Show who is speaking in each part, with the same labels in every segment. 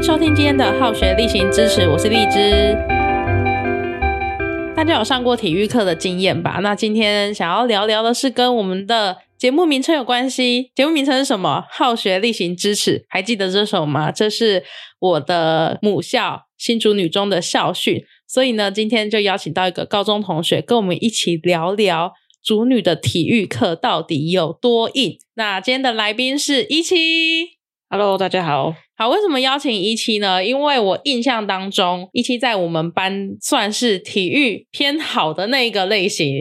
Speaker 1: 收听今天的《好学例行支持》，我是荔枝。大家有上过体育课的经验吧？那今天想要聊聊的是跟我们的节目名称有关系。节目名称是什么？《好学例行支持》，还记得这首吗？这是我的母校新竹女中的校训，所以呢，今天就邀请到一个高中同学跟我们一起聊聊。主女的体育课到底有多硬？那今天的来宾是一期。
Speaker 2: Hello，大家好。
Speaker 1: 好，为什么邀请一期呢？因为我印象当中，一期在我们班算是体育偏好的那一个类型。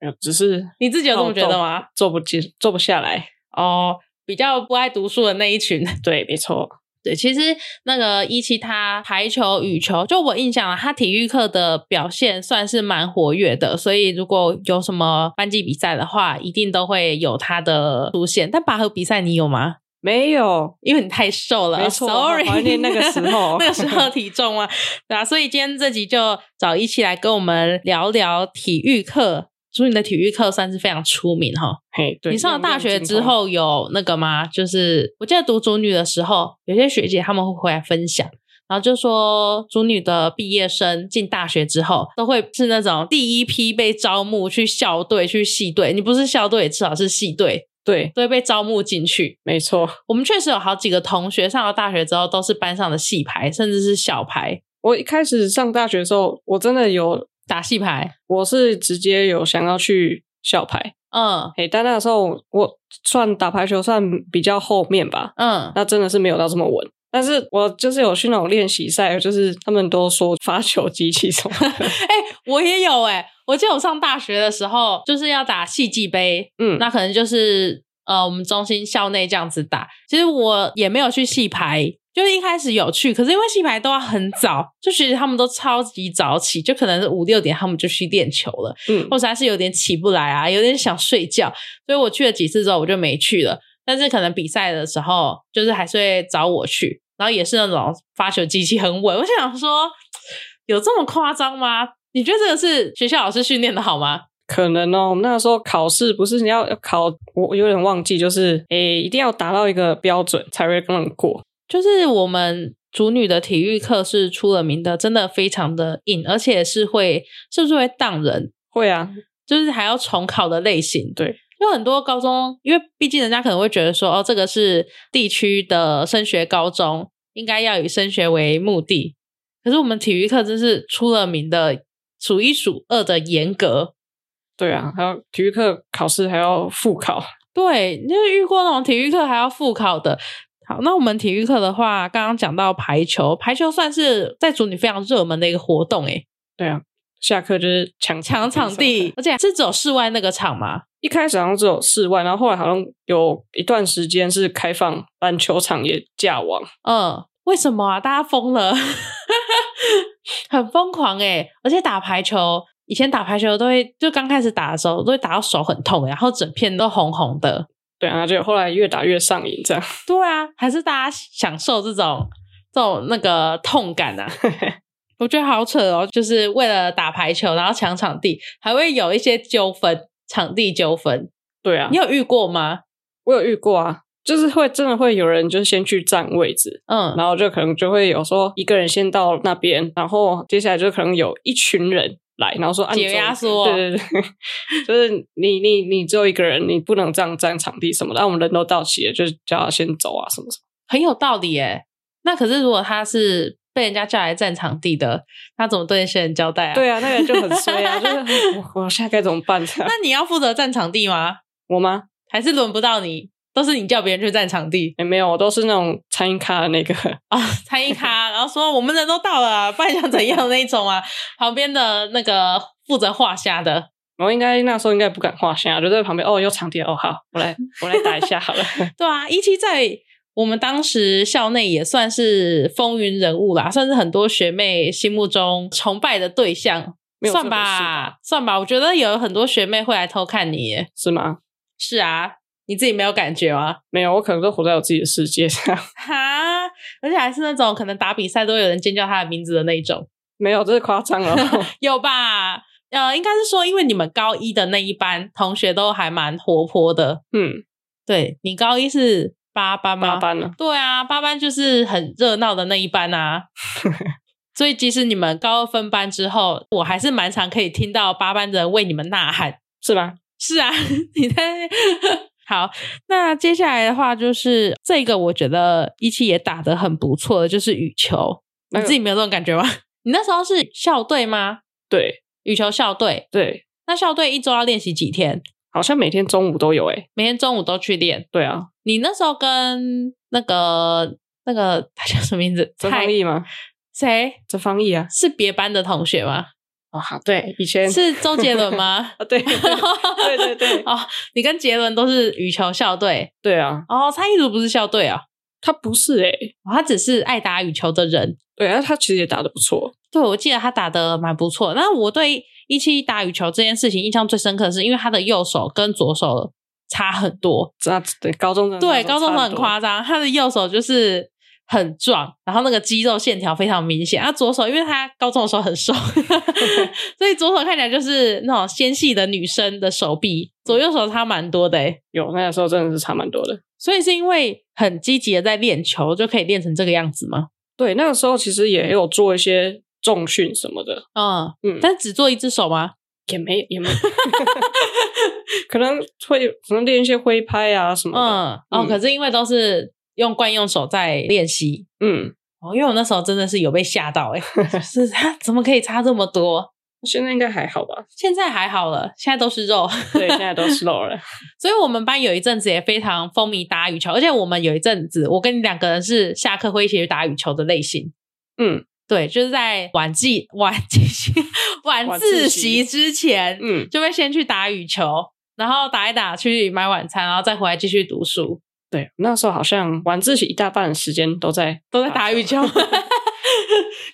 Speaker 2: 呃只是
Speaker 1: 你自己有
Speaker 2: 哦
Speaker 1: 这么觉得吗？
Speaker 2: 做不进，做不下来。
Speaker 1: 哦，比较不爱读书的那一群。
Speaker 2: 对，没错。
Speaker 1: 对，其实那个一期他排球、羽球，就我印象啊，他体育课的表现算是蛮活跃的，所以如果有什么班级比赛的话，一定都会有他的出现。但拔河比赛你有吗？
Speaker 2: 没有，
Speaker 1: 因为你太瘦了
Speaker 2: 没错
Speaker 1: ，sorry，
Speaker 2: 我怀念那个时候
Speaker 1: 那个时候体重啊，对啊，所以今天这集就找一起来跟我们聊聊体育课。所以你的体育课算是非常出名哈、
Speaker 2: 嘿，对。
Speaker 1: 你上了大学之
Speaker 2: 没有
Speaker 1: 后有那个吗？就是我记得读主女的时候，有些学姐她们会回来分享，然后就说主女的毕业生进大学之后，都会是那种第一批被招募去校队、去系队。你不是校队，至少是系队，
Speaker 2: 进攻，对，
Speaker 1: 都会被招募进去。
Speaker 2: 没错。
Speaker 1: 我们确实有好几个同学上了大学之后，都是班上的系排，甚至是小排
Speaker 2: 我一开始上大学的时候，我真的有，
Speaker 1: 打系排。
Speaker 2: 我是直接有想要去校排。
Speaker 1: 嗯
Speaker 2: 嘿，但那个时候我算打排球算比较后面吧，
Speaker 1: 嗯，
Speaker 2: 那真的是没有到这么稳。但是我就是有去那种练习赛，就是他们都说发球机器什么的，
Speaker 1: 哎、我也有哎、我记得我上大学的时候，就是要打戏剧杯，
Speaker 2: 嗯，
Speaker 1: 那可能就是呃，我们中心校内这样子打。其实我也没有去戏排，就是一开始有去，可是因为戏排都要很早，就其实他们都超级早起，就可能是五六点他们就去练球了，
Speaker 2: 嗯
Speaker 1: 或者还是有点起不来啊，有点想睡觉，所以我去了几次之后我就没去了。但是可能比赛的时候，就是还是会找我去，然后也是那种发球机器很稳。我就想说，有这么夸张吗？你觉得这个是学校老师训练的好吗？
Speaker 2: 可能哦，我们那个时候考试不是你要要考，我我有点忘记，就是诶，一定要达到一个标准才会让你过。
Speaker 1: 就是我们主女的体育课是出了名的，真的非常的硬，而且是会是不是会当人，
Speaker 2: 会啊，
Speaker 1: 就是还要重考的类型。
Speaker 2: 对，
Speaker 1: 有很多高中，因为毕竟人家可能会觉得说，哦，这个是地区的升学高中，应该要以升学为目的。可是我们体育课真是出了名的数一数二的严格。
Speaker 2: 对啊，还有体育课考试还要复考，
Speaker 1: 对，你就是遇过那种体育课还要复考的。好，那我们体育课的话，刚刚讲到排球，排球算是在主女非常热门的一个活动、欸，诶，
Speaker 2: 对啊，下课就是抢
Speaker 1: 抢场地，。而且是只有室外那个场吗？
Speaker 2: 一开始好像只有室外，然后后来好像有一段时间是开放篮球场也架网，
Speaker 1: 嗯，为什么啊？大家疯了， 很疯狂哎、而且打排球，以前打排球都会，就刚开始打的时候都会打到手很痛、欸，然后整片都红红的。
Speaker 2: 对啊，就后来越打越上瘾这样。
Speaker 1: 对啊，还是大家享受这种这种那个痛感啊。我觉得好扯哦，就是为了打排球，然后抢场地，还会有一些纠纷，场地纠纷，
Speaker 2: 对啊
Speaker 1: 你，有遇过吗？
Speaker 2: 我有遇过啊，就是会真的会有人就先去占位置，
Speaker 1: 嗯，
Speaker 2: 然后就可能就会有说一个人先到那边，然后接下来就可能有一群人来，然后说啊，你
Speaker 1: 解
Speaker 2: 只有
Speaker 1: 压
Speaker 2: 一
Speaker 1: 缩
Speaker 2: 个对对 对，就是你你你只有一个人，你不能这样占场地什么的，那、我们人都到齐了，就是叫他先走啊什么什么。
Speaker 1: 很有道理耶。那可是如果他是被人家叫来占场地的，他怎么对那些人交代啊？
Speaker 2: 对啊，那个人就很衰啊，就是 我我现在该怎么办、
Speaker 1: 那你要负责占场地吗？
Speaker 2: 我吗？
Speaker 1: 还是轮不到你？都是你叫别人去占场地
Speaker 2: 哎也、没有，我都是那种餐饮咖的那个，
Speaker 1: 啊，参一 咖，然后说我们人都到了啊，不然想怎样那一种啊？旁边的那个负责画虾的，
Speaker 2: 我应该那时候应该不敢画线，就在旁边哦，有场地哦，好，我来我来打一下好了。
Speaker 1: 对啊，一期在我们当时校内也算是风云人物啦，算是很多学妹心目中崇拜的对象，
Speaker 2: 没有这
Speaker 1: 算
Speaker 2: 回事吧
Speaker 1: 吧，算吧，我觉得有很多学妹会来偷看你耶。
Speaker 2: 是吗？
Speaker 1: 是啊，你自己没有感觉吗？
Speaker 2: 没有，我可能都活在我自己的世界上。
Speaker 1: 哈，而且还是那种可能打比赛都会有人尖叫他的名字的那一种，
Speaker 2: 没有，这是夸张了。哦
Speaker 1: 有吧？呃，应该是说，因为你们高一的那一班同学都还蛮活泼的，
Speaker 2: 嗯，
Speaker 1: 对你高一是八班
Speaker 2: 八
Speaker 1: 吗？
Speaker 2: 班了，
Speaker 1: 对啊，八班就是很热闹的那一班 啊。所以即使你们高二分班之后，我还是蛮常可以听到八班的人为你们呐喊。
Speaker 2: 是吧？
Speaker 1: 是啊， 你在好。那接下来的话就是这个，我觉得一期也打得很不错的，就是羽球。你
Speaker 2: 哎呦
Speaker 1: 自己没有这种感觉吗？ 你那时候是校队吗？
Speaker 2: 对
Speaker 1: 羽球校队，
Speaker 2: 对，
Speaker 1: 那校队一周要练习几天？
Speaker 2: 好像每天中午都有诶、哎
Speaker 1: 每天中午都去练。
Speaker 2: 对啊，
Speaker 1: 你那时候跟那个那个他叫什么名字？
Speaker 2: 曾方
Speaker 1: 蔡
Speaker 2: 毅吗？
Speaker 1: 谁？
Speaker 2: 曾方毅啊，
Speaker 1: 是别班的同学吗？
Speaker 2: 啊、对，以前？
Speaker 1: 是周杰伦吗
Speaker 2: 啊，对 对对 对
Speaker 1: 哦，你跟杰伦都是羽球校队
Speaker 2: 对啊，
Speaker 1: 哦，蔡依如不是校队啊、
Speaker 2: 他不是诶、
Speaker 1: 哦他只是爱打羽球的人。
Speaker 2: 对啊，他其实也打的不错，
Speaker 1: 对，我记得他打的蛮不错。那我对一七打羽球这件事情印象最深刻的是，因为他的右手跟左手差很多。
Speaker 2: 那对高中真的
Speaker 1: 对，高中
Speaker 2: 生
Speaker 1: 很夸张，他的右手就是很壮，然后那个肌肉线条非常明显。他左手，因为他高中的时候很 瘦，所以左手看起来就是那种纤细的女生的手臂，左右手差蛮多的、欸。
Speaker 2: 有那个时候真的是差蛮多的。
Speaker 1: 所以是因为很积极的在练球，就可以练成这个样子吗？
Speaker 2: 对，那个时候其实也有做一些重训什么的，
Speaker 1: 嗯
Speaker 2: 嗯
Speaker 1: 但只做一只手吗？
Speaker 2: 也没也没， 可能会可能练一些挥拍啊什么的。
Speaker 1: 嗯，哦，可是因为都是用惯用手在练习。
Speaker 2: 嗯，
Speaker 1: 哦，因为我那时候真的是有被吓到哎、欸， 就是他怎么可以差这么多？
Speaker 2: 现在应该还好吧？
Speaker 1: 现在还好了，现在都是肉。
Speaker 2: 对，现在都 slow 了。
Speaker 1: 所以我们班有一阵子也非常风靡打羽球，而且我们有一阵子，我跟你两个人是下课会一起去打羽球的类型。
Speaker 2: 嗯
Speaker 1: 对，就是在晚自 晚自习晚
Speaker 2: 晚
Speaker 1: 自
Speaker 2: 自
Speaker 1: 习
Speaker 2: 习
Speaker 1: 之前，
Speaker 2: 嗯，
Speaker 1: 就会先去打羽球，然后打一打去买晚餐，然后再回来继续读书，
Speaker 2: 对，那时候好像晚自习一大半的时间都在
Speaker 1: 都在 打羽球。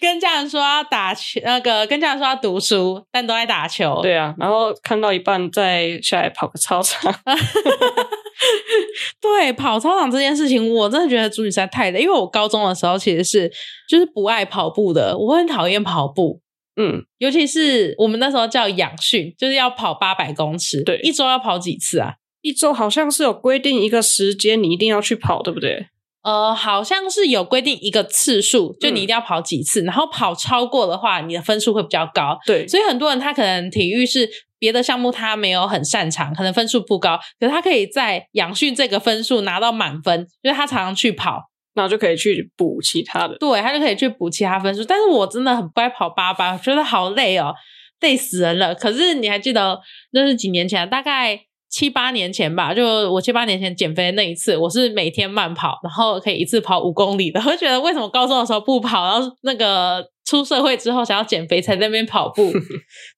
Speaker 1: 跟家人说要打球，那个跟家人说要读书，但都在打球。
Speaker 2: 对啊，然后看到一半再下来跑个操场。
Speaker 1: 对，跑操场这件事情，我真的觉得主女实在太累。因为我高中的时候其实是就是不爱跑步的，我很讨厌跑步，
Speaker 2: 嗯，
Speaker 1: 尤其是我们那时候叫养训，就是要跑八百公尺，
Speaker 2: 对
Speaker 1: 一周要跑几次啊？
Speaker 2: 一周好像是有规定一个时间，你一定要去跑，对不对？
Speaker 1: 呃，好像是有规定一个次数，就你一定要跑几次，然后跑超过的话，你的分数会比较高。
Speaker 2: 对，
Speaker 1: 所以很多人他可能体育是别的项目他没有很擅长，可能分数不高，可是他可以在养训这个分数拿到满分，就是他常常去跑。
Speaker 2: 那就可以去补其他的。
Speaker 1: 对他就可以去补其他分数。但是我真的很不爱跑八班，我觉得好累哦，累死人了。可是你还记得那是几年前啊，大概七八年前吧？就我七八年前减肥的那一次，我是每天慢跑，然后可以一次跑五公里的。我就觉得为什么高中的时候不跑，然后那个出社会之后想要减肥才在那边跑 步，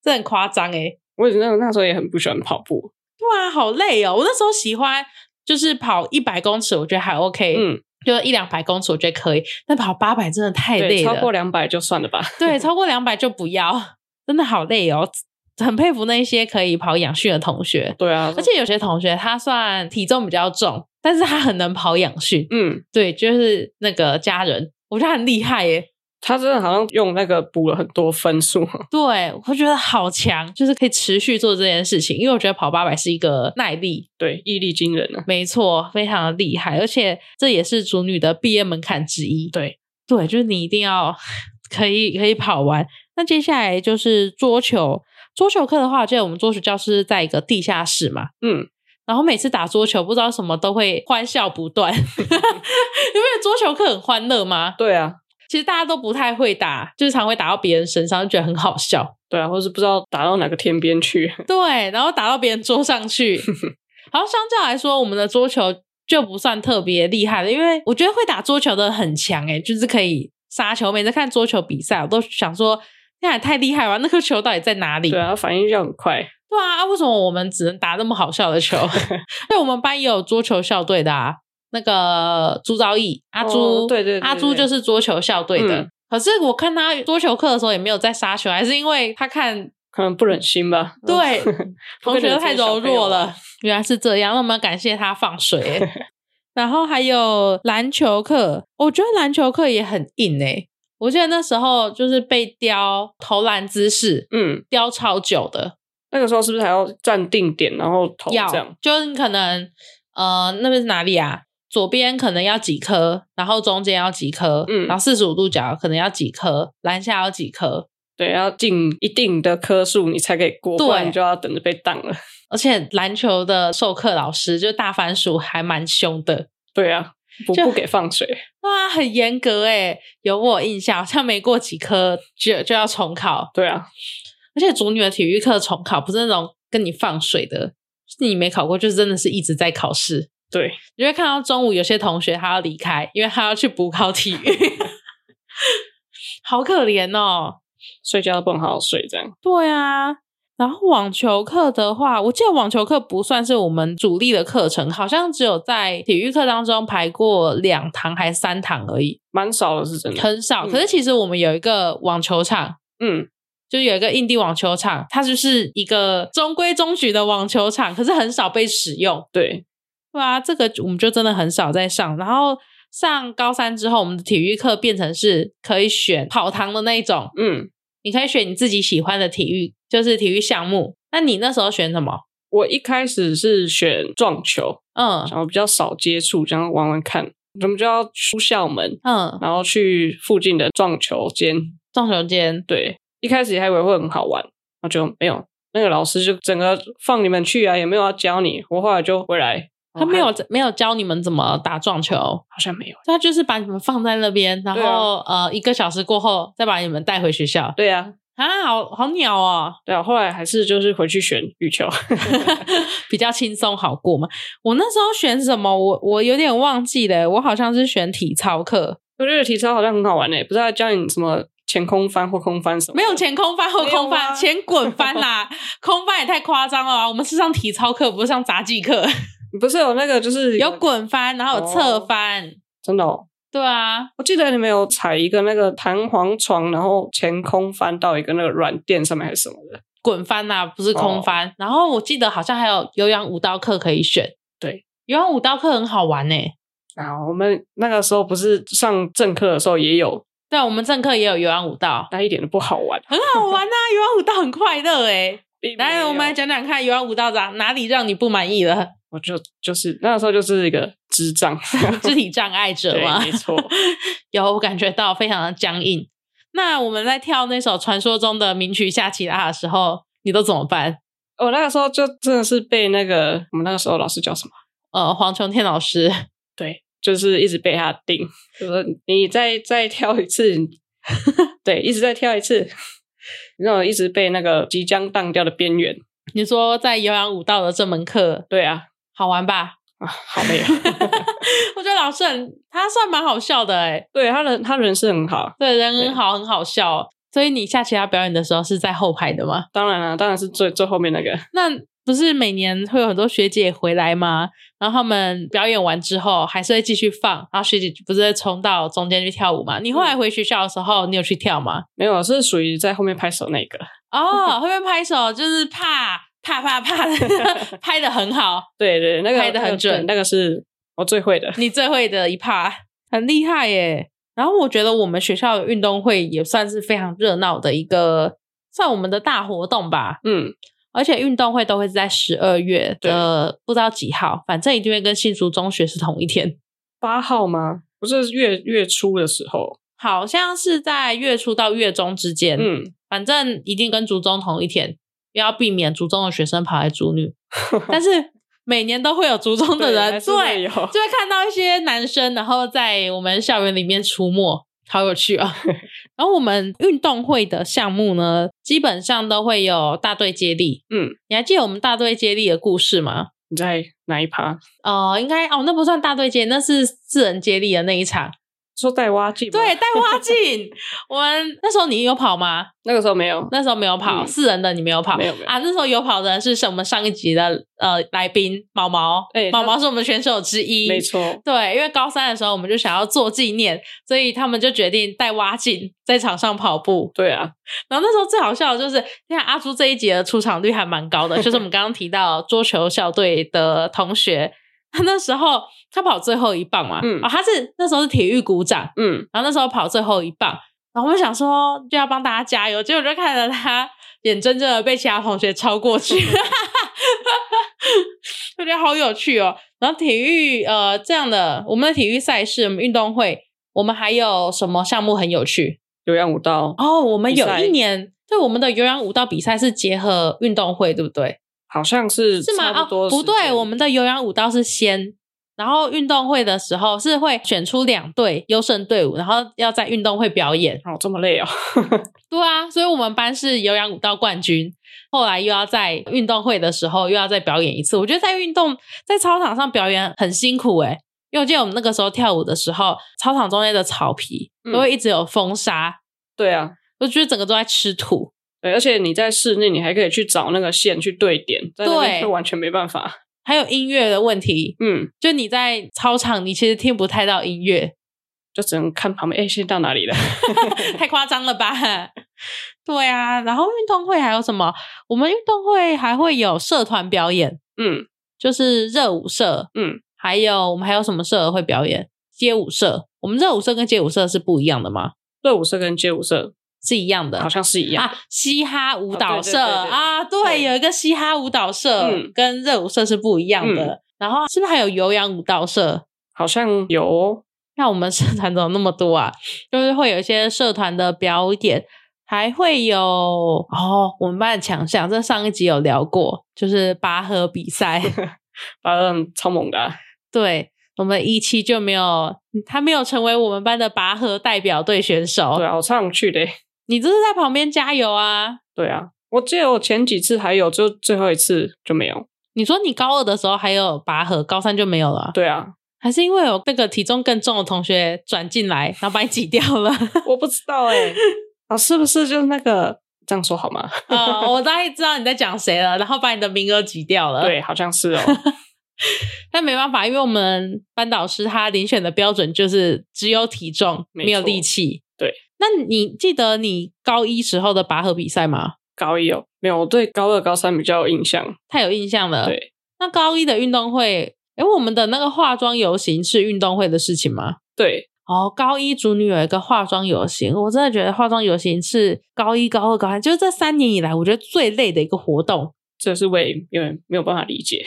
Speaker 1: 这很夸张诶、
Speaker 2: 我也那那时候也很不喜欢跑步。
Speaker 1: 对啊，好累哦。我那时候喜欢就是跑一百公尺，我觉得还 OK，、
Speaker 2: 嗯，
Speaker 1: 就一两百公尺我觉得可以，但跑八百真的太
Speaker 2: 对，
Speaker 1: 累了，
Speaker 2: 超过两百就算了吧。
Speaker 1: 对，超过两百就不要，真的好累哦。很佩服那些可以跑养训的同学，
Speaker 2: 对啊，
Speaker 1: 而且有些同学他算体重比较重，但是他很能跑养训。
Speaker 2: 嗯，
Speaker 1: 对，就是那个家人，我觉得他很厉害耶。
Speaker 2: 他真的好像用那个补了很多分数。
Speaker 1: 对，我觉得好强，就是可以持续做这件事情，因为我觉得跑八百是一个耐力，
Speaker 2: 对，毅力惊人啊！
Speaker 1: 没错，非常的厉害，而且这也是主女的毕业门槛之一。
Speaker 2: 对，
Speaker 1: 对，就是你一定要 可以可以跑完。那接下来就是桌球，桌球课的话，我记得我们桌球教室是在一个地下室嘛，
Speaker 2: 嗯，
Speaker 1: 然后每次打桌球，不知道什么都会欢笑不断。 因为桌球课很欢乐吗？
Speaker 2: 对啊，
Speaker 1: 其实大家都不太会打，就是常会打到别人身上，就觉得很好笑。
Speaker 2: 对啊，或是不知道打到哪个天边去。
Speaker 1: 对，然后打到别人桌上去。然后相较来说，我们的桌球就不算特别厉害的，因为我觉得会打桌球的很强诶、就是可以杀球。每次看桌球比赛，我都想说，那也太厉害了吧，那颗球到底在哪里？
Speaker 2: 对啊，反应要很快。
Speaker 1: 对啊，啊为什么我们只能打那么好笑的 球？对，我们班也有桌球校队的啊，那个朱昭义、阿朱，
Speaker 2: 哦对对对
Speaker 1: 阿朱就是桌球校队的。
Speaker 2: 嗯
Speaker 1: 可是我看他桌球课的时候也没有在杀球，还是因为他看
Speaker 2: 可能不忍心吧。，
Speaker 1: 对同学都太柔弱了原来是这样，那我们要感谢他放水欸。然后还有篮球课，我觉得篮球课也很硬诶、欸我记得那时候就是被雕投篮姿势，
Speaker 2: 嗯，
Speaker 1: 雕超久的，
Speaker 2: 那个时候是不是还要站定点，然后投这
Speaker 1: 要
Speaker 2: 样？
Speaker 1: 就是你可能呃那边是哪里啊？左边可能要几颗，然后中间要几颗，
Speaker 2: 嗯
Speaker 1: 然后四十五度角可能要几颗，篮下要几颗，
Speaker 2: 对，要进一定的颗数你才可以过，
Speaker 1: 对
Speaker 2: 不然你就要等着被挡了。
Speaker 1: 而且篮球的授课老师就大番薯还蛮凶的，
Speaker 2: 对啊，不
Speaker 1: 就
Speaker 2: 不给放水，
Speaker 1: 哇，很严格诶，有我印象，好像没过几科就就要重考，
Speaker 2: 对啊，
Speaker 1: 而且主女的体育课重考不是那种跟你放水的，是你没考过就真的是一直在考试。
Speaker 2: 对，
Speaker 1: 你会看到中午有些同学他要离开，因为他要去补考体育， 好可怜哦。
Speaker 2: 睡觉都不能好好睡，这样
Speaker 1: 对啊，然后网球课的话，我记得网球课不算是我们主力的课程，好像只有在体育课当中排过两堂还三堂而已，
Speaker 2: 蛮少的，是真的。
Speaker 1: 很少。
Speaker 2: 嗯
Speaker 1: 可是其实我们有一个网球场，
Speaker 2: 嗯，
Speaker 1: 就有一个印地网球场，它就是一个中规中矩的网球场，可是很少被使用，
Speaker 2: 对，
Speaker 1: 对啊，这个我们就真的很少在上。然后上高三之后，我们的体育课变成是可以选跑堂的那一种，
Speaker 2: 嗯，
Speaker 1: 你可以选你自己喜欢的体育，就是体育项目。那你那时候选什么？
Speaker 2: 我一开始是选撞球，
Speaker 1: 嗯
Speaker 2: 然后比较少接触，这样玩玩看。我们就要出校门，
Speaker 1: 嗯，
Speaker 2: 然后去附近的撞球间。
Speaker 1: 撞球间，
Speaker 2: 对，一开始还以为会很好玩，然后就没有。那个老师就整个放你们去啊，也没有要教你。我后来就回来，
Speaker 1: 他没
Speaker 2: 哦
Speaker 1: 有没有教你们怎么打撞球，
Speaker 2: 好像没有。
Speaker 1: 他就是把你们放在那边，然
Speaker 2: 对啊
Speaker 1: 后、呃一个小时过后再把你们带回学校
Speaker 2: 对啊，
Speaker 1: 啊，好好鸟哦。
Speaker 2: 对啊，后来还是就是回去选 羽球。
Speaker 1: 比较轻松好过嘛。我那时候选什么，我我有点忘记了，我好像是选体操课，
Speaker 2: 我觉得体操好像很好玩诶、欸不是要教你什么前空翻或空翻什么
Speaker 1: 没
Speaker 2: 的？
Speaker 1: 有前空翻后空
Speaker 2: 没有
Speaker 1: 翻，
Speaker 2: 啊
Speaker 1: 前滚翻啦，空翻也太夸张了吧？我们是上体操课，不是上杂技课，
Speaker 2: 不是有哦那个就是
Speaker 1: 有滚翻，然后有侧翻，
Speaker 2: 真的、哦，
Speaker 1: 对啊，
Speaker 2: 我记得你们有踩一个那个弹簧床，然后前空翻到一个那个软垫上面还是什么的。
Speaker 1: 滚翻啦，不是
Speaker 2: 哦
Speaker 1: 空翻。然后我记得好像还有有氧舞蹈课可以选，
Speaker 2: 对，
Speaker 1: 有氧舞蹈课很好玩呢、欸
Speaker 2: 然后我们那个时候不是上正课的时候也有，
Speaker 1: 对，啊我们正课也有有氧舞蹈，
Speaker 2: 但一点都不好玩。
Speaker 1: 很好玩呐、 有氧舞蹈很快乐哎、
Speaker 2: 并没有
Speaker 1: 来，我们来，讲讲看有氧舞蹈长哪里让你不满意 了？
Speaker 2: 我就就是那个时候就是一个智障，
Speaker 1: 肢体障碍者
Speaker 2: 对，
Speaker 1: 吗？
Speaker 2: 没错，
Speaker 1: 有我感觉到非常的僵硬。那我们在跳那首传说中的名曲《夏奇拉》的时候，你都怎么办？
Speaker 2: 我那个时候就真的是被那个我们那个时候老师叫什么？
Speaker 1: 呃，黄琼天老师，
Speaker 2: 对，就是一直被他盯，就说你再再跳一次， 你对，一直再跳一次，然后一直被那个即将荡掉的边缘。
Speaker 1: 你说在有氧舞蹈的这门课
Speaker 2: 对啊，
Speaker 1: 好玩吧？
Speaker 2: 啊，好累啊！
Speaker 1: 我觉得老师很他算蛮好笑的哎、
Speaker 2: 对他人，他人是很好，
Speaker 1: 对，人
Speaker 2: 对
Speaker 1: 很好，很好笑。哦所以你夏奇拉表演的时候是在后排的吗？
Speaker 2: 当然了、啊当然是最最后面那个。
Speaker 1: 那不是每年会有很多学姐回来吗？然后他们表演完之后还是会继续放，然后学姐不是会冲到中间去跳舞吗？你后来回学校的时候，你有去跳吗？
Speaker 2: 没有，是属于在后面拍手那个。
Speaker 1: 哦，会不会拍手？就是啪啪啪啪的 拍的很好，
Speaker 2: 对对，那个
Speaker 1: 拍得很准
Speaker 2: 那个对那个是我最会的。
Speaker 1: 你最会的一啪，很厉害耶。然后我觉得我们学校的运动会也算是非常热闹的一个，算我们的大活动吧。
Speaker 2: 嗯，
Speaker 1: 而且运动会都会是在十二月
Speaker 2: 对
Speaker 1: 的不知道几号，反正一定会跟新竹中学是同一天，
Speaker 2: 八号吗？不是月月初的时候。
Speaker 1: 好像是在月初到月中之间。
Speaker 2: 嗯，
Speaker 1: 反正一定跟竹中同一天，因为要避免竹中的学生跑来竹 女。但是每年都会有竹中的
Speaker 2: 对，
Speaker 1: 人，
Speaker 2: 还是会
Speaker 1: 对，
Speaker 2: 有。
Speaker 1: 就会看到一些男生，然后在我们校园里面出没，好有趣 哦。然后我们运动会的项目呢，基本上都会有大队接力。
Speaker 2: 嗯，
Speaker 1: 你还记得我们大队接力的故事吗？
Speaker 2: 你在哪一趴？
Speaker 1: 呃，应该哦，那不算大队接力，那是四人接力的那一场。
Speaker 2: 说带蛙镜吗？
Speaker 1: 对，带花镜， 我们那时候你有跑吗？
Speaker 2: 那个时候没有。
Speaker 1: 那时候没有跑，
Speaker 2: 嗯
Speaker 1: 四人的你没有跑，
Speaker 2: 没有没有
Speaker 1: 啊。那时候有跑的人是我们上一集的呃来宾毛毛，
Speaker 2: 哎
Speaker 1: 毛
Speaker 2: 他
Speaker 1: 毛是我们选手之一，
Speaker 2: 没。错，
Speaker 1: 对，因为高三的时候我们就想要做纪念，所以他们就决定带蛙镜在场上跑步。
Speaker 2: 对啊，
Speaker 1: 然后那时候最好笑的就是，你看阿朱这一集的出场率还蛮高 的，就是我们刚刚提到桌球校队的同学， 他那时候他跑最后一棒嘛，
Speaker 2: 嗯
Speaker 1: 哦，他是那时候是体育股长，
Speaker 2: 嗯，
Speaker 1: 然后那时候跑最后一棒，然后我们想说就要帮大家加油，结果就看着他眼睁睁的被其他同学超过 去，我觉得好有趣哦。然后体育呃这样的，我们的体育赛事、我们运动会，我们还有什么项目很有趣？
Speaker 2: 有氧舞蹈，
Speaker 1: 哦，我们
Speaker 2: 比
Speaker 1: 有
Speaker 2: 赛
Speaker 1: 一年对我们的有氧舞蹈比赛是结合运动会，对不对？
Speaker 2: 好像是
Speaker 1: 是吗？
Speaker 2: 差
Speaker 1: 哦
Speaker 2: 不，多
Speaker 1: 不
Speaker 2: 时
Speaker 1: 对，
Speaker 2: 间
Speaker 1: 我们的有氧舞蹈是先，然后运动会的时候是会选出两队优胜队伍，然后要在运动会表演。
Speaker 2: 哦这么累哦，
Speaker 1: 对啊，所以我们班是有氧舞蹈冠军，后来又要在运动会的时候又要再表演一次。我觉得在运动在操场上表演很辛苦诶、因为我记得我们那个时候跳舞的时候，操场中间的草皮
Speaker 2: 嗯
Speaker 1: 都会一直有风沙，
Speaker 2: 对啊，
Speaker 1: 我觉得整个都在吃土。
Speaker 2: 对，而且你在室内，你还可以去找那个线去对点，在那
Speaker 1: 对
Speaker 2: 边就完全没办法。
Speaker 1: 还有音乐的问题，
Speaker 2: 嗯，
Speaker 1: 就你在操场，你其实听不太到音乐，
Speaker 2: 就只能看旁边，哎、现在到哪里了？
Speaker 1: 太夸张了吧？ 对啊，然后运动会还有什么？我们运动会还会有社团表演，
Speaker 2: 嗯，
Speaker 1: 就是热舞社，
Speaker 2: 嗯，
Speaker 1: 还有我们还有什么社会表演？街舞社，我们热舞社跟街舞社是不一样的吗？
Speaker 2: 热舞社跟街舞社
Speaker 1: 是一样的，
Speaker 2: 好像是一样。
Speaker 1: 啊，嘻哈舞蹈社、啊，
Speaker 2: 哦对对对对
Speaker 1: 对，
Speaker 2: 对
Speaker 1: 有一个嘻哈舞蹈社、
Speaker 2: 嗯
Speaker 1: 跟热舞社是不一样的。
Speaker 2: 嗯
Speaker 1: 然后是不是还有有氧舞蹈社？
Speaker 2: 好像有哦，
Speaker 1: 那我们社团怎么那么多啊？就是会有一些社团的表演，还会有哦，我们班的强项，这上一集有聊过，就是拔河比赛。
Speaker 2: 反正超猛的啊、
Speaker 1: 对，我们一期就没有，他没有成为我们班的拔河代表队选手。
Speaker 2: 对啊，我上去的欸、
Speaker 1: 你就是在旁边加油啊！
Speaker 2: 对啊，我记得我前几次还有，就最后一次就没有。
Speaker 1: 你说你高二的时候还有拔河，高三就没有了啊，
Speaker 2: 对啊，
Speaker 1: 还是因为有那个体重更重的同学转进来，然后把你挤掉了？
Speaker 2: 我不知道哎、啊，是不是就是那个这样说好吗？
Speaker 1: 啊、我大概知道你在讲谁了，然后把你的名额挤掉了。
Speaker 2: 对，好像是哦。
Speaker 1: 但没办法，因为我们班导师他遴选的标准就是只有体重，
Speaker 2: 没
Speaker 1: 没有
Speaker 2: 错
Speaker 1: 力气。
Speaker 2: 对，
Speaker 1: 那你记得你高一时候的拔河比赛吗？
Speaker 2: 高一哦，没有，我对高二、高三比较有印象。
Speaker 1: 太有印象了。
Speaker 2: 对，
Speaker 1: 那高一的运动会，诶，我们的那个化妆游行是运动会的事情吗？
Speaker 2: 对，
Speaker 1: 哦，高一主女有一个化妆游行，我真的觉得化妆游行是高一、高二、高三，就是这三年以来我觉得最累的一个活 动。
Speaker 2: 这是我也有点没有办法理解。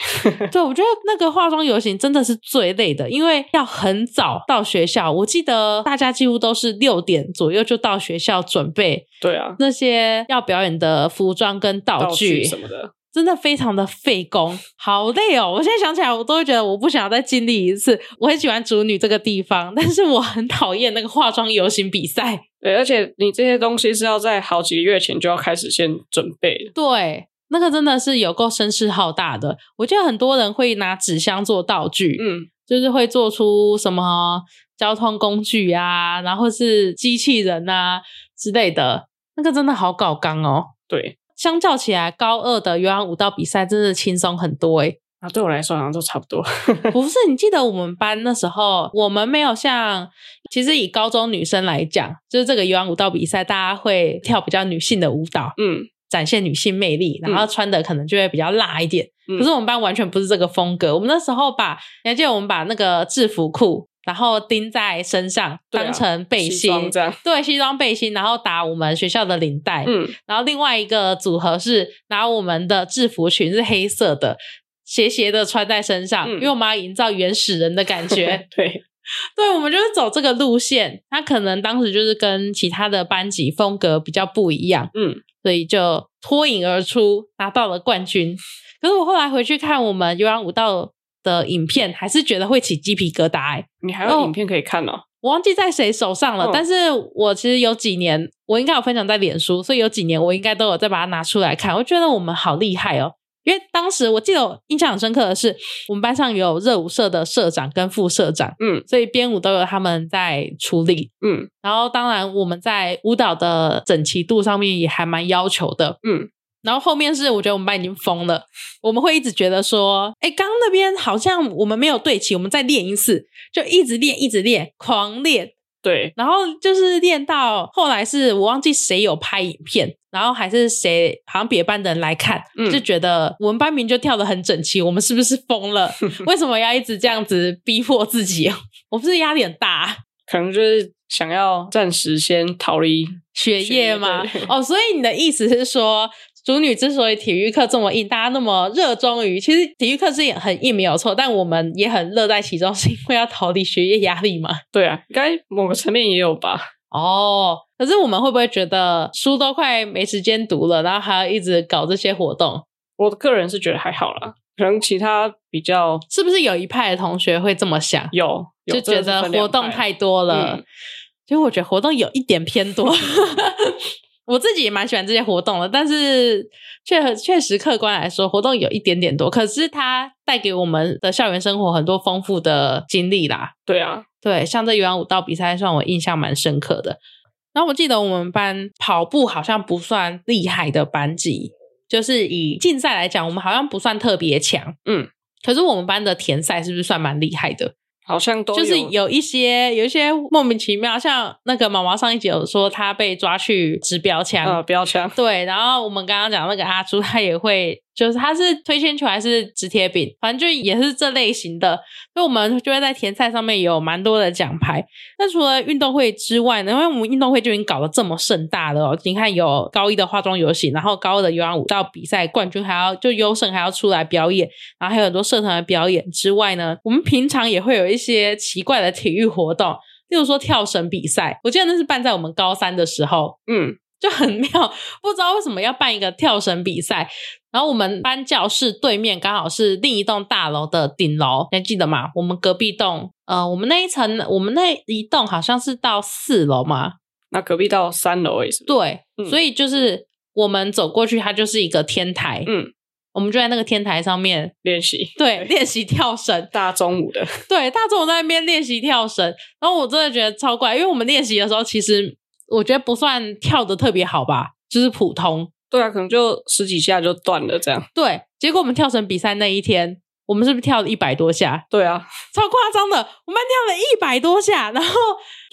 Speaker 1: 对，我觉得那个化妆游行真的是最累的，因为要很早到学校。我记得大家几乎都是六点左右就到学校准备
Speaker 2: 对啊，
Speaker 1: 那些要表演的服装跟道
Speaker 2: 道具
Speaker 1: 具，
Speaker 2: 什么的。
Speaker 1: 真的非常的费工，好累哦！我现在想起来，我都会觉得我不想要再经历一次。我很喜欢主女这个地方，但是我很讨厌那个化妆游行比赛。
Speaker 2: 对，而且你这些东西是要在好几个月前就要开始先准备的。
Speaker 1: 对，那个真的是有够声势浩大的。我记得很多人会拿纸箱做道具，
Speaker 2: 嗯，
Speaker 1: 就是会做出什么交通工具啊，然后是机器人啊之类的，那个真的好搞纲哦。
Speaker 2: 对
Speaker 1: 相较起来，高二的有氧舞蹈比赛真的轻松很多欸诶、
Speaker 2: 啊，对我来说好像都差不多。
Speaker 1: 不是，你记得我们班那时候，我们没有像，其实以高中女生来讲，就是这个有氧舞蹈比赛，大家会跳比较女性的舞蹈，
Speaker 2: 嗯，
Speaker 1: 展现女性魅力，然后穿的可能就会比较辣一点。
Speaker 2: 嗯
Speaker 1: 可是我们班完全不是这个风格。我们那时候把，你还记得我们把那个制服裤，然后钉在身上，
Speaker 2: 对啊
Speaker 1: 当成背
Speaker 2: 西
Speaker 1: 心，
Speaker 2: 装这样。
Speaker 1: 对，西装背心，然后打我们学校的领带。
Speaker 2: 嗯，
Speaker 1: 然后另外一个组合是拿我们的制服裙是黑色的。斜斜的穿在身上，
Speaker 2: 嗯。
Speaker 1: 因为我们要营造原始人的感觉
Speaker 2: 对，
Speaker 1: 对，我们就是走这个路线。他可能当时就是跟其他的班级风格比较不一样，
Speaker 2: 嗯，
Speaker 1: 所以就脱颖而出，拿到了冠军。可是我后来回去看我们有氧舞蹈的影片，还是觉得会起鸡皮疙瘩、欸。
Speaker 2: 你还
Speaker 1: 哦
Speaker 2: 有影片可以看哦。
Speaker 1: 我忘记在谁手上了，
Speaker 2: 嗯
Speaker 1: 但是我其实有几年，我应该有分享在脸书，所以有几年我应该都有再把它拿出来看。我觉得我们好厉害哦，因为当时我记得我印象很深刻的是，我们班上有热舞社的社长跟副社长，
Speaker 2: 嗯
Speaker 1: 所以编舞都有他们在处理。
Speaker 2: 嗯
Speaker 1: 然后当然我们在舞蹈的整齐度上面也还蛮要求的，
Speaker 2: 嗯，
Speaker 1: 然后后面是我觉得我们班已经疯了，我们会一直觉得说，哎，刚刚那边好像我们没有对齐，我们再练一次，就一直练，一直练，狂练，
Speaker 2: 对，
Speaker 1: 然后就是练到后来是我忘记谁有拍影片，然后还是谁好像别班的人来看，
Speaker 2: 嗯
Speaker 1: 就觉得我们班名就跳得很整齐，我们是不是疯 了？为什么要一直这样子逼迫自己？ 我们是不是压力很大啊、
Speaker 2: 可能就是想要暂时先逃离。
Speaker 1: 学业吗
Speaker 2: 学业？对
Speaker 1: 哦，所以你的意思是说，主女之所以体育课这么硬，大家那么热衷于，其实体育课是很硬没有错，但我们也很乐在其中， 是因为要逃离学业压力嘛。
Speaker 2: 对啊，应该某个层面也有吧。
Speaker 1: 哦，可是我们会不会觉得书都快没时间读了，然后还要一直搞这些活动？
Speaker 2: 我个人是觉得还好啦，可能其他比较
Speaker 1: 是不是有一派的同学会这么想，
Speaker 2: 有，有
Speaker 1: 就觉
Speaker 2: 真的
Speaker 1: 得
Speaker 2: 是分两
Speaker 1: 活动
Speaker 2: 派
Speaker 1: 太多了？
Speaker 2: 嗯
Speaker 1: 其实我觉得活动有一点偏多， 我自己也蛮喜欢这些活动的，但是确确实客观来说，活动有一点点多，可是它带给我们的校园生活很多丰富的经历啦。
Speaker 2: 对啊，
Speaker 1: 对，像这有氧舞蹈比赛，算我印象蛮深刻的。然后我记得我们班跑步好像不算厉害的班级，就是以竞赛来讲，我们好像不算特别强。
Speaker 2: 嗯，
Speaker 1: 可是我们班的田赛是不是算蛮厉害的？
Speaker 2: 好像都
Speaker 1: 就是
Speaker 2: 有
Speaker 1: 有一些有一些莫名其妙，像那个毛毛上一集有说他被抓去指标枪，
Speaker 2: 呃标枪，
Speaker 1: 对，然后我们刚刚讲那个阿朱，他也会，就是他是推铅球还是直贴饼，反正就也是这类型的。所以我们就会在田赛上面有蛮多的奖牌。那除了运动会之外呢，因为我们运动会就已经搞得这么盛大了、哦，你看有高一的化妆游戏，然后高二的有氧舞蹈比赛冠军还要就优胜还要出来表演，然后还有很多社团的表演之外呢，我们平常也会有一些奇怪的体育活动。例如说跳绳比赛，我记得那是办在我们高三的时候，
Speaker 2: 嗯，
Speaker 1: 就很妙，不知道为什么要办一个跳绳比赛。然后我们班教室对面刚好是另一栋大楼的顶楼，你还记得吗？我们隔壁栋，呃，我们那一层，我们那一栋好像是到四楼嘛，
Speaker 2: 那隔壁到三楼也是，
Speaker 1: 对，
Speaker 2: 嗯
Speaker 1: 所以就是我们走过去，它就是一个天台，
Speaker 2: 嗯，
Speaker 1: 我们就在那个天台上面
Speaker 2: 练习
Speaker 1: 对练习跳绳，
Speaker 2: 大中午的，
Speaker 1: 对，大众在那边练习跳绳，然后我真的觉得超怪，因为我们练习的时候，其实我觉得不算跳的特别好吧，就是普通，
Speaker 2: 对啊，可能就十几下就断了这样，
Speaker 1: 对，结果我们跳绳比赛那一天，我们是不是跳了一百多下？
Speaker 2: 对啊，
Speaker 1: 超夸张的，我们跳了一百多下，然后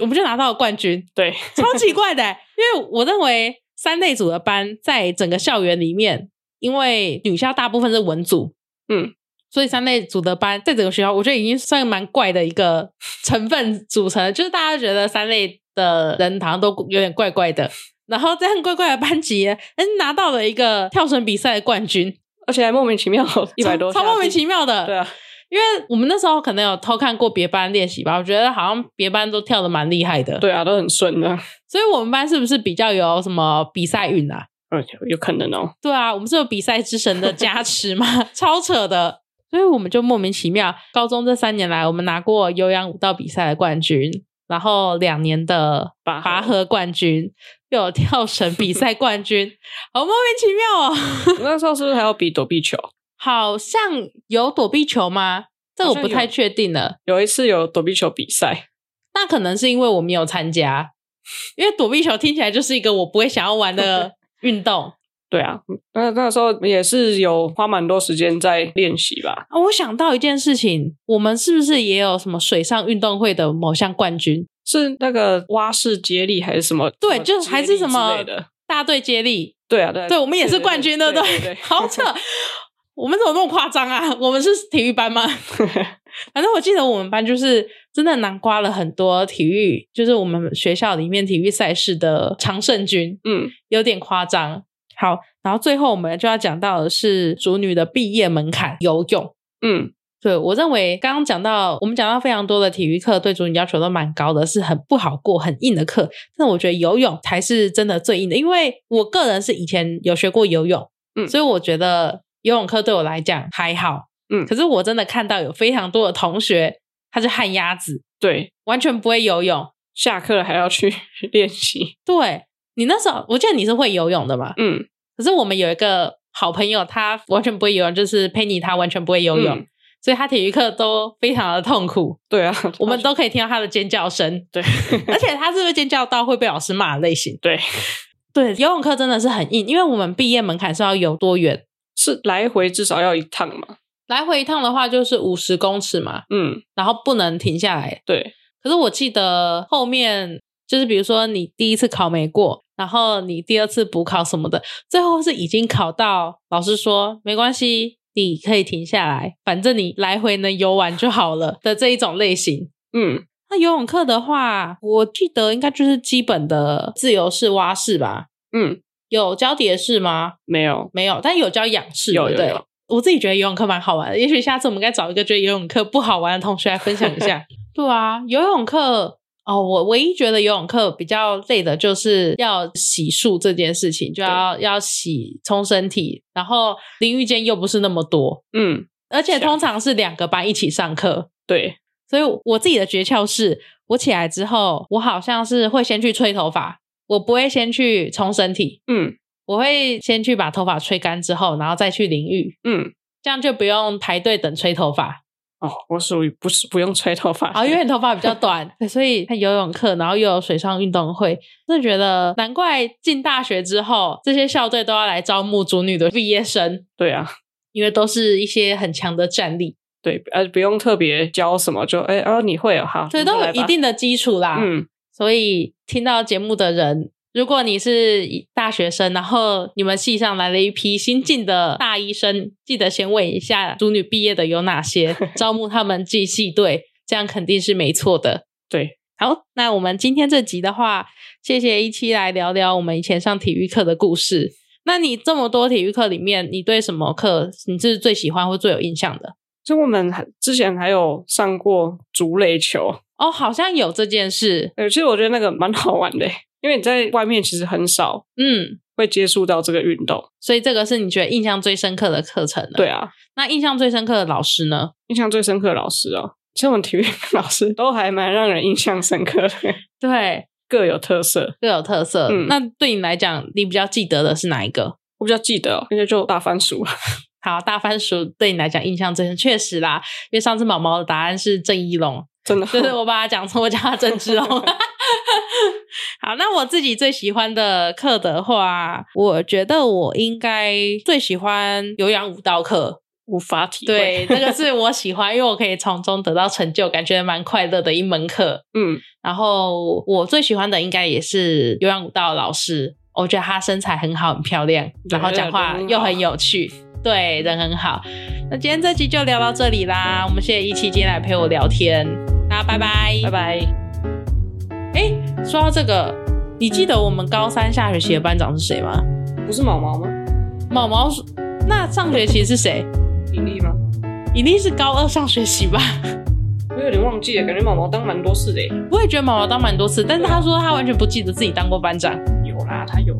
Speaker 1: 我们就拿到了冠军，
Speaker 2: 对，
Speaker 1: 超奇怪的、欸因为我认为三类组的班在整个校园里面，因为女校大部分是文组，
Speaker 2: 嗯，
Speaker 1: 所以三类组的班在整个学校，我觉得已经算蛮怪的一个成分组成了，就是大家觉得三类的人好像都有点怪怪的。然后这样怪怪的班级，嗯，拿到了一个跳绳比赛的冠军，
Speaker 2: 而且还莫名其妙一百多下
Speaker 1: 超
Speaker 2: 地，
Speaker 1: 莫名其妙的。
Speaker 2: 对啊，
Speaker 1: 因为我们那时候可能有偷看过别班练习吧，我觉得好像别班都跳的蛮厉害的。，
Speaker 2: 对啊，都很顺的，
Speaker 1: 所以我们班是不是比较有什么比赛运啊？
Speaker 2: 嗯，有可能哦，
Speaker 1: 对啊，我们是有比赛之神的加持嘛， 超扯的。所以我们就莫名其妙，高中这三年来，我们拿过有氧舞蹈比赛的冠军，然后两年的
Speaker 2: 拔河
Speaker 1: 拔河冠军，又有跳绳比赛冠 军，好莫名其妙哦。
Speaker 2: 那时候是不是还要比躲避球？
Speaker 1: 好像有躲避球吗？这个我
Speaker 2: 好像
Speaker 1: 不太
Speaker 2: 有
Speaker 1: 确定了。
Speaker 2: 有一次有躲避球比赛，
Speaker 1: 那可能是因为我没有参加，因为躲避球听起来就是一个我不会想要玩 的运动
Speaker 2: 对啊，那那时候也是有花蛮多时间在练习吧。
Speaker 1: 啊。我想到一件事情，我们是不是也有什么水上运动会的某项冠军？
Speaker 2: 是那个蛙式接力还是什么？
Speaker 1: 对
Speaker 2: 什么
Speaker 1: 就
Speaker 2: 接
Speaker 1: 还是
Speaker 2: 力
Speaker 1: 什么
Speaker 2: 之类的。
Speaker 1: 大队接力，
Speaker 2: 对啊，对啊，
Speaker 1: 呃对我们也是冠军，对不
Speaker 2: 对
Speaker 1: 对？
Speaker 2: 对
Speaker 1: 好扯，我们怎么那么夸张啊？我们是体育班吗？
Speaker 2: 对
Speaker 1: 反正我记得我们班就是真的南瓜了很多体育，就是我们学校里面体育赛事的常胜军。
Speaker 2: 嗯，
Speaker 1: 有点夸张。好，然后最后我们就要讲到的是主女的毕业门槛——游泳。
Speaker 2: 嗯，
Speaker 1: 对我认为，刚刚讲到我们讲到非常多的体育课对主女要求都蛮高的，是很不好过、很硬的课。但我觉得游泳才是真的最硬的，因为我个人是以前有学过游泳，
Speaker 2: 嗯
Speaker 1: 所以我觉得游泳课对我来讲还好，
Speaker 2: 嗯
Speaker 1: 可是我真的看到有非常多的同学，他是旱鸭子，
Speaker 2: 对，
Speaker 1: 完全不会游泳。
Speaker 2: 下课了还要去 练习。
Speaker 1: 对你那时候，我记得你是会游泳的嘛？
Speaker 2: 嗯，
Speaker 1: 可是我们有一个好朋友，他完全不会游泳，就是佩妮，她完全不会游泳，
Speaker 2: 嗯
Speaker 1: 所以她体育课都非常的痛苦，
Speaker 2: 对啊，，
Speaker 1: 我们都可以听到她的尖叫声
Speaker 2: 对
Speaker 1: 而且她是会尖叫到会被老师骂的类型。
Speaker 2: 对，
Speaker 1: 对，游泳课真的是很硬，因为我们毕业门槛是要游多远，
Speaker 2: 是来回至少要一趟嘛。
Speaker 1: 来回一趟的话就是五十公尺嘛，
Speaker 2: 嗯，
Speaker 1: 然后不能停下来。
Speaker 2: 对，
Speaker 1: 可是我记得后面就是比如说你第一次考没过，然后你第二次补考什么的，最后是已经考到老师说没关系，你可以停下来，反正你来回能游完就好了的这一种类型。
Speaker 2: 嗯，
Speaker 1: 那游泳课的话，我记得应该就是基本的自由式、蛙式吧。
Speaker 2: 嗯，
Speaker 1: 有教蝶式吗？
Speaker 2: 没有，
Speaker 1: 没有，但有教仰式，
Speaker 2: 有
Speaker 1: 对不对
Speaker 2: 有有
Speaker 1: 我自己觉得游泳课蛮好玩的，也许下次我们该找一个觉得游泳课不好玩的同学来分享一 下。对啊，游泳课哦，我唯一觉得游泳课比较累的就是要洗漱这件事情，就要要洗冲身体，然后淋浴间又不是那么多，
Speaker 2: 嗯，
Speaker 1: 而且
Speaker 2: 是
Speaker 1: 通常是两个班一起上课，
Speaker 2: 对，
Speaker 1: 所以我自己的诀窍是，我起来之后，我好像是会先去吹头发，我不会先去冲身体，
Speaker 2: 嗯
Speaker 1: 我会先去把头发吹干之后，然后再去淋浴，
Speaker 2: 嗯，
Speaker 1: 这样就不用排队等吹头发。
Speaker 2: 哦，我属于不是不用吹头发，
Speaker 1: 啊，因为你头发比 较短，对所以看游泳课，然后又有水上运动会，真的觉得难怪进大学之后，这些校队都要来招募主女的毕业生，
Speaker 2: 对啊，
Speaker 1: 因为都是一些很强的战力，
Speaker 2: 对，呃，不用特别教什么，就哎，哦，你会哦，好，
Speaker 1: 所以
Speaker 2: 你就
Speaker 1: 都有
Speaker 2: 来吧
Speaker 1: 一定的基础啦。
Speaker 2: 嗯，
Speaker 1: 所以听到节目的人，如果你是大学生，然后你们系上来了一批新进的大医生，记得先问一下主女毕业的有哪些，招募他们进系队，这样肯定是没错的。
Speaker 2: 对，
Speaker 1: 好，那我们今天这集的话，谢谢一期来聊聊我们以前上体育课的故事。那你这么多体育课里面，你对什么课你是最喜欢或最有印象的？
Speaker 2: 就我们还之前还有上过竹垒球，
Speaker 1: 哦，好像有这件事，
Speaker 2: 呃，其实我觉得那个蛮好玩的，欸因为你在外面其实很少
Speaker 1: 嗯，
Speaker 2: 会接触到这个运动，
Speaker 1: 所以这个是你觉得印象最深刻的课程了。
Speaker 2: 对啊，
Speaker 1: 那印象最深刻的老师呢？
Speaker 2: 印象最深刻的老师哦，其实我们体育课老师都还蛮让人印象深刻的，
Speaker 1: 对，
Speaker 2: 各有特色。
Speaker 1: 各有特色。
Speaker 2: 嗯
Speaker 1: 那对你来讲，你比较记得的是哪一个？
Speaker 2: 我比较记得、哦，应该就大番薯，
Speaker 1: 好，大番薯对你来讲印象最深，确实啦，因为上次毛毛的答案是郑一龙，
Speaker 2: 真的
Speaker 1: 对对，我把他讲错，我叫他郑志龙。 好，那我自己最喜欢的课的话，我觉得我应该最喜欢有氧舞蹈课。
Speaker 2: 无法体会。
Speaker 1: 对，这个是我喜欢，因为我可以从中得到成就感，觉得蛮快乐的一门课。
Speaker 2: 嗯，
Speaker 1: 然后我最喜欢的应该也是有氧舞蹈老师，我觉得她身材很好，很漂亮，
Speaker 2: 对
Speaker 1: 然后讲话
Speaker 2: 人很好
Speaker 1: 又很有趣，对，人很好。那今天这集就聊到这里啦，我们谢谢一期今天来陪我聊天，大家拜拜。
Speaker 2: 拜拜。
Speaker 1: 哎，说到这个，你记得我们高三下学期的班长是谁吗？
Speaker 2: 不是毛毛吗？
Speaker 1: 毛毛是，那上学期是谁？
Speaker 2: 盈利吗？
Speaker 1: 一定是高二上学期吧？
Speaker 2: 我有点忘记了，感觉毛毛当蛮多事的耶。欸
Speaker 1: 我也觉得毛毛当蛮多次，但是他说他完全不记得自己当过班长。
Speaker 2: 有啦，他有。